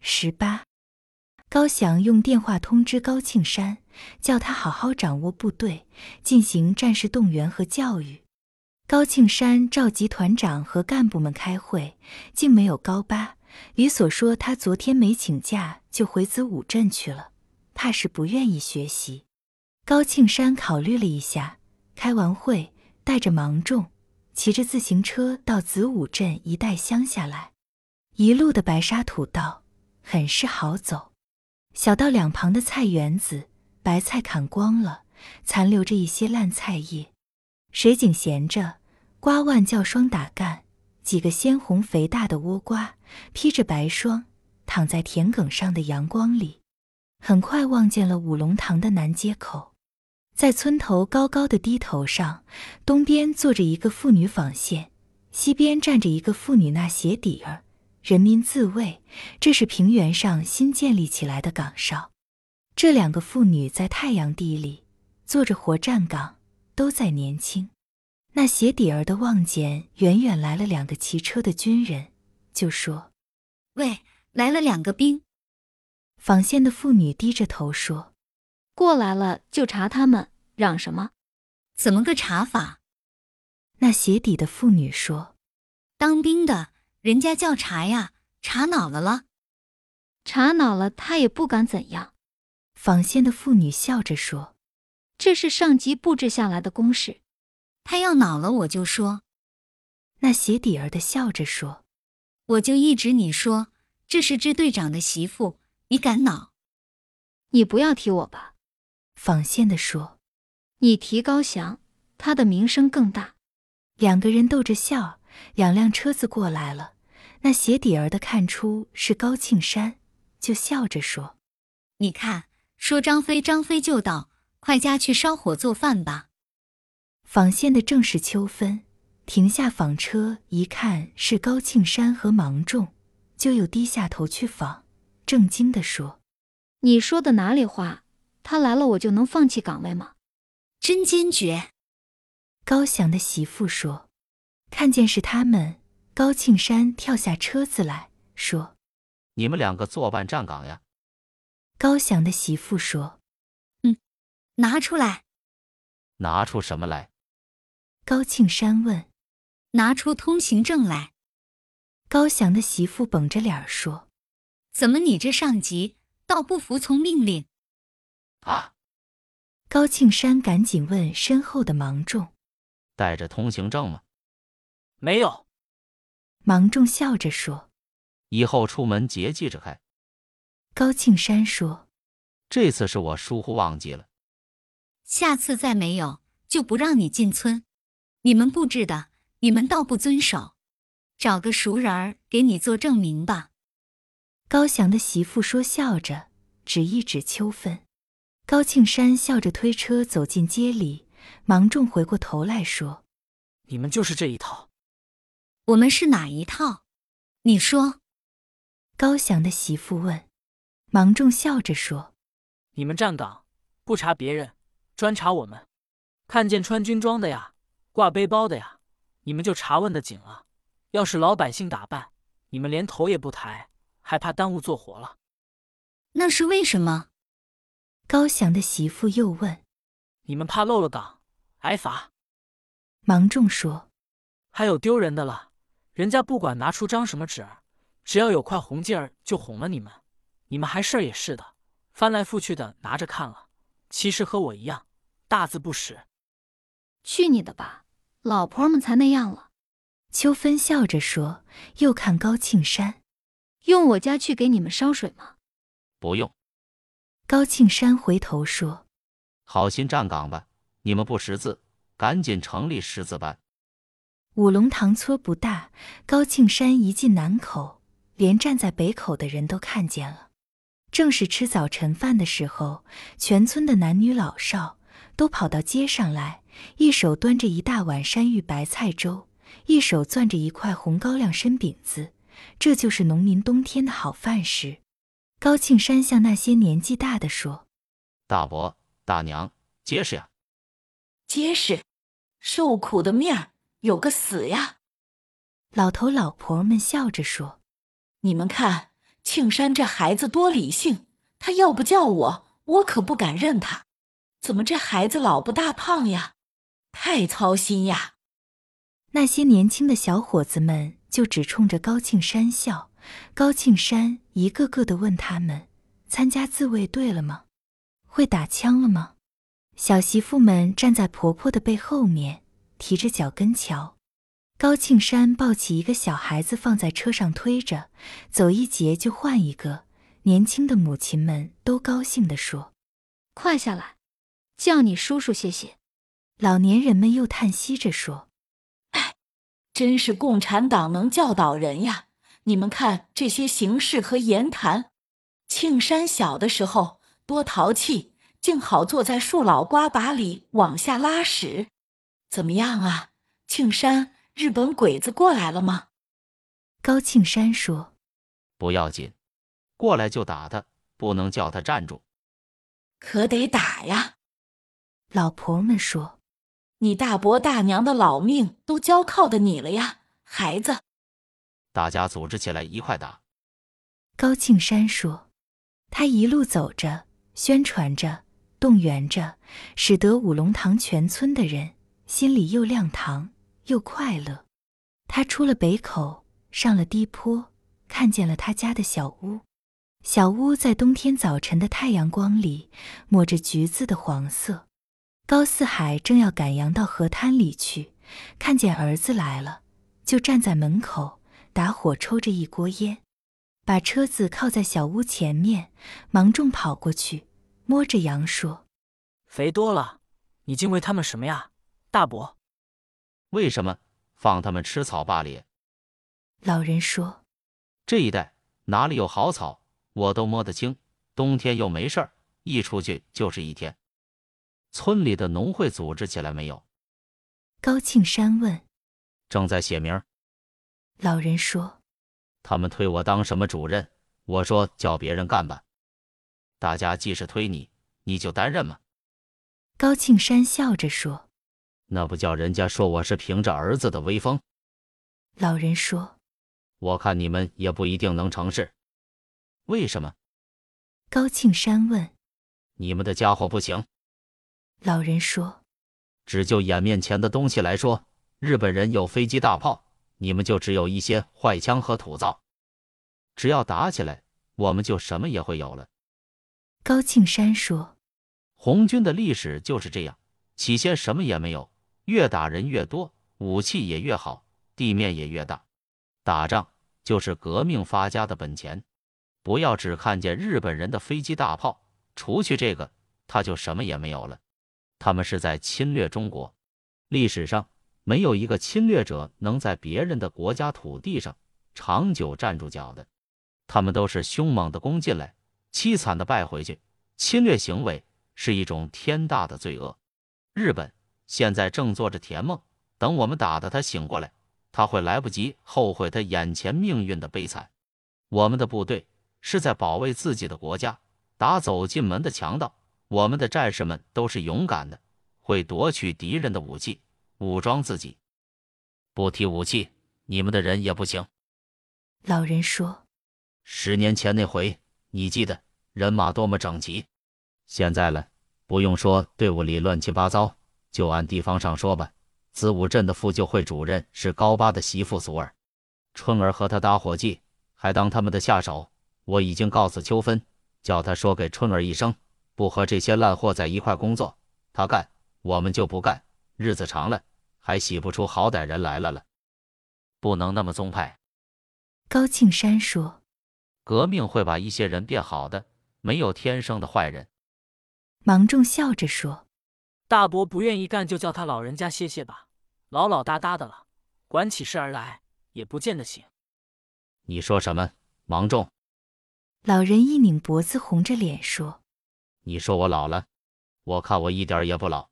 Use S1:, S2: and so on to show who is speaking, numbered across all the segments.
S1: 十八，高翔用电话通知高庆山，叫他好好掌握部队，进行战士动员和教育。高庆山召集团长和干部们开会，竟没有高八。于所说，他昨天没请假就回子午镇去了，怕是不愿意学习。高庆山考虑了一下，开完会，带着芒种，骑着自行车到子午镇一带乡下来。一路的白沙土道，很是好走。小道两旁的菜园子，白菜砍光了，残留着一些烂菜叶。水井闲着，瓜腕叫霜打干，几个鲜红肥大的倭瓜披着白霜，躺在田埂上的阳光里。很快望见了五龙堂的南街口，在村头高高的堤头上，东边坐着一个妇女纺线，西边站着一个妇女纳鞋底儿。人民自卫，这是平原上新建立起来的岗哨。这两个妇女在太阳地里坐着活站岗，都在年轻。那鞋底儿的望见远远来了两个骑车的军人，就说
S2: 喂，来了两个兵，：“
S1: 纺线的妇女低着头说，
S3: 过来了就查他们，嚷什么？
S2: 怎么个查法？
S1: 那鞋底的妇女说，
S2: 当兵的人家叫查呀，查哪了了？
S3: 查恼了他也不敢怎样。
S1: 纺线的妇女笑着说，
S3: 这是上级布置下来的公事，
S2: 他要恼了我就说，
S1: 那鞋底儿的笑着说，
S2: 我就一直你说这是支队长的媳妇，你敢恼？
S3: 你不要提我吧，
S1: 纺线的说。”
S3: 你提高翔，他的名声更大。
S1: 两个人逗着笑，两辆车子过来了。那鞋底儿的看出是高庆山，就笑着说
S2: 你看，说张飞，张飞就到，快家去烧火做饭吧。：“
S1: 纺线的正是秋分。”停下纺车一看是高庆山和芒种，就又低下头去纺，正经地说
S3: 你说的哪里话？他来了，我就能放弃岗位吗？
S2: 真坚决，：“
S1: 高翔的媳妇说，看见是他们，高庆山跳下车子来说。
S4: 你们两个作伴站岗呀？
S1: 高翔的媳妇说，
S2: 拿出来，
S4: 拿出什么来？
S1: 高庆山问
S2: 拿出通行证来。
S1: 高翔的媳妇，绷着脸儿说。”
S2: 怎么你这上级倒不服从命令？
S4: 啊，
S1: 高庆山赶紧问身后的芒种，
S4: 带着通行证吗？没有。
S1: 芒种笑着说
S4: 以后出门节记着开。：“
S1: 高庆山说，
S4: 这次是我疏忽忘记了。
S2: 下次再没有就不让你进村。你们布置的，你们倒不遵守。找个熟人儿给你做证明吧。
S1: 高翔的媳妇说笑着指一指秋分。”高庆山笑着推车走进街里，芒种回过头来说
S5: 你们就是这一套。
S2: 我们是哪一套？你说，：“
S1: 高翔的媳妇问。”芒种笑着说
S5: 你们站岗，不查别人，专查我们。看见穿军装的呀，挂背包的呀，你们就查问的紧了。要是老百姓打扮，你们连头也不抬，还怕耽误做活了？
S2: 那是为什么？：“
S1: 高翔的媳妇又问。
S5: 你们怕漏了岗，挨罚。”
S1: 芒种说
S5: 还有丢人的了，人家不管拿出张什么纸儿，只要有块红劲儿就哄了你们。你们还事儿也是的，翻来覆去的拿着看了，其实和我一样，大字不识。
S3: 去你的吧！老婆们才那样了，：“
S1: 秋分笑着说，又看高庆山。
S3: 用我家去给你们烧水吗？
S4: 不用，”
S1: 高庆山回头说
S4: 好心站岗吧。你们不识字，赶紧成立识字班。：“
S1: 五龙塘村不大，高庆山一进南口，连站在北口的人都看见了。正是吃早晨饭的时候，全村的男女老少都跑到街上来，一手端着一大碗山芋白菜粥，一手攥着一块红高粱参饼子。这就是农民冬天的好饭食。高庆山向那些年纪大的说
S4: 大伯、大娘，结实呀！
S6: 结实，受苦的面儿有个死呀！：“
S1: 老头老婆们笑着说，
S6: 你们看，庆山这孩子多理性，他要不叫我，我可不敢认他。怎么这孩子老不大胖呀？太操心呀！
S1: 那些年轻的小伙子们就只冲着高庆山笑。高庆山一个个的问他们：参加自卫队了吗？会打枪了吗？小媳妇们站在婆婆的背后面，提着脚跟瞧。高庆山抱起一个小孩子放在车上推着，走一节就换一个。年轻的母亲们都高兴地说。
S3: 快下来，叫你叔叔谢谢。
S1: 老年人们又叹息着说
S6: 真是共产党能教导人呀！你们看这些行事和言谈。庆山小的时候多淘气，竟好坐在树老瓜把里往下拉屎。怎么样啊，庆山？日本鬼子过来了吗？：“
S1: 高庆山说，
S4: 不要紧，过来就打他，不能叫他站住。
S6: 可得打呀！
S1: 老婆们说。”
S6: 你大伯大娘的老命都交靠的你了呀，孩子。
S4: 大家组织起来一块打。
S1: 高庆山说：“他一路走着，宣传着，动员着，使得五龙堂全村的人心里又亮堂又快乐。他出了北口，上了低坡，看见了他家的小屋。小屋在冬天早晨的太阳光里抹着橘子的黄色。高四海正要赶羊到河滩里去，看见儿子来了，就站在门口打火抽着一锅烟。”把车子靠在小屋前面，芒种跑过去，摸着羊说
S5: 肥多了，你竟喂他们什么呀，大伯？
S4: 为什么放他们吃草罢了？：“
S1: 老人说，
S4: 这一带哪里有好草，我都摸得清。冬天又没事儿，一出去就是一天。村里的农会组织起来没有？
S1: 高庆山问
S4: 正在写名儿。
S1: 老人说，
S4: 他们推我当什么主任？我说叫别人干吧。大家既是推你，你就担任嘛。
S1: 高庆山笑着说，
S4: 那不叫人家说我是凭着儿子的威风？
S1: 老人说，
S4: 我看你们也不一定能成事。为什么？
S1: 高庆山问
S4: 你们的家伙不行。
S1: 老人说，
S4: 只就眼面前的东西来说，日本人有飞机大炮，你们就只有一些坏枪和土造。只要打起来，我们就什么也会有了。
S1: 高庆山说，
S4: 红军的历史就是这样，起先什么也没有，越打人越多，武器也越好，地面也越大。打仗就是革命发家的本钱。不要只看见日本人的飞机大炮，除去这个，他就什么也没有了。他们是在侵略中国。历史上没有一个侵略者能在别人的国家土地上长久站住脚的，他们都是凶猛的攻进来，凄惨的败回去。侵略行为是一种天大的罪恶。日本现在正做着甜梦，等我们打得他醒过来，他会来不及后悔他眼前命运的悲惨。我们的部队是在保卫自己的国家，打走进门的强盗。我们的战士们都是勇敢的，会夺取敌人的武器，武装自己。不提武器，你们的人也不行。
S1: 老人说，
S4: 十年前那回，你记得人马多么整齐。现在了，不用说队伍里乱七八糟，就按地方上说吧。子午镇的副旧会主任是高八的媳妇苏儿，春儿和他搭伙计，还当他们的下手。我已经告诉秋分，叫他说给春儿一声，不和这些烂货在一块工作。他干，我们就不干。日子长了，还洗不出好歹人来了了。不能那么宗派。
S1: 高庆山说，
S4: 革命会把一些人变好的，没有天生的坏人。
S1: 芒种笑着说，
S5: 大伯不愿意干，就叫他老人家歇歇吧，老老大大的了，管起事儿来也不见得行。
S4: 你说什么？芒种，
S1: 老人一拧脖子，红着脸说，
S4: 你说我老了？我看我一点儿也不老。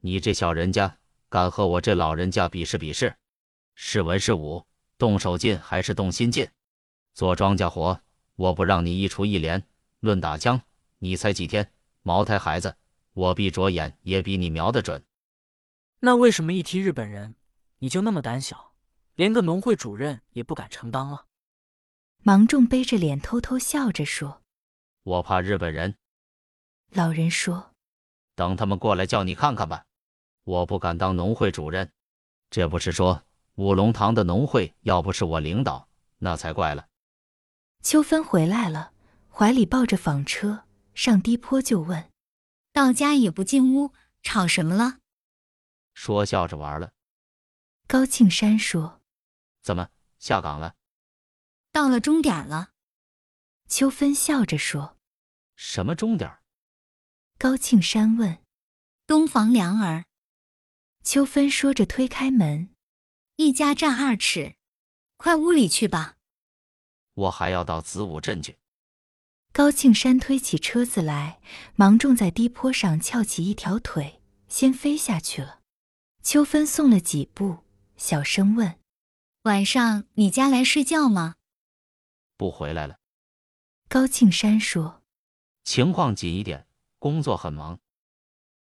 S4: 你这小人家敢和我这老人家比试比试？是文是武，动手劲还是动心劲？做庄稼活，我不让你一锄一镰；论打枪，你才几天，茅台孩子，我闭着眼也比你瞄得准。
S5: 那为什么一提日本人，你就那么胆小，连个农会主任也不敢承当了？
S1: 芒种背着脸偷偷笑着说
S4: 我怕日本人，：“
S1: 老人说，
S4: 等他们过来叫你看看吧。我不敢当农会主任，这不是说五龙堂的农会要不是我领导，那才怪了。
S1: 秋芬回来了，怀里抱着纺车，上低坡就问。
S2: 到家也不进屋，吵什么了？
S4: 说笑着玩了，
S1: 高庆山说
S4: 怎么下岗了？
S2: 到了终点了，：“
S1: 秋芬笑着说。
S4: 什么终点儿？”
S1: 高庆山问。
S2: 东房梁儿
S1: 秋芬说着推开门，
S2: 一家占二尺，快屋里去吧。
S4: 我还要到子午镇去。
S1: 高庆山推起车子来，芒种在低坡上翘起一条腿，先飞下去了。秋芬送了几步，小声问
S2: 晚上你家来睡觉吗？
S4: 不回来了，
S1: 高庆山说
S4: 情况紧一点，工作很忙。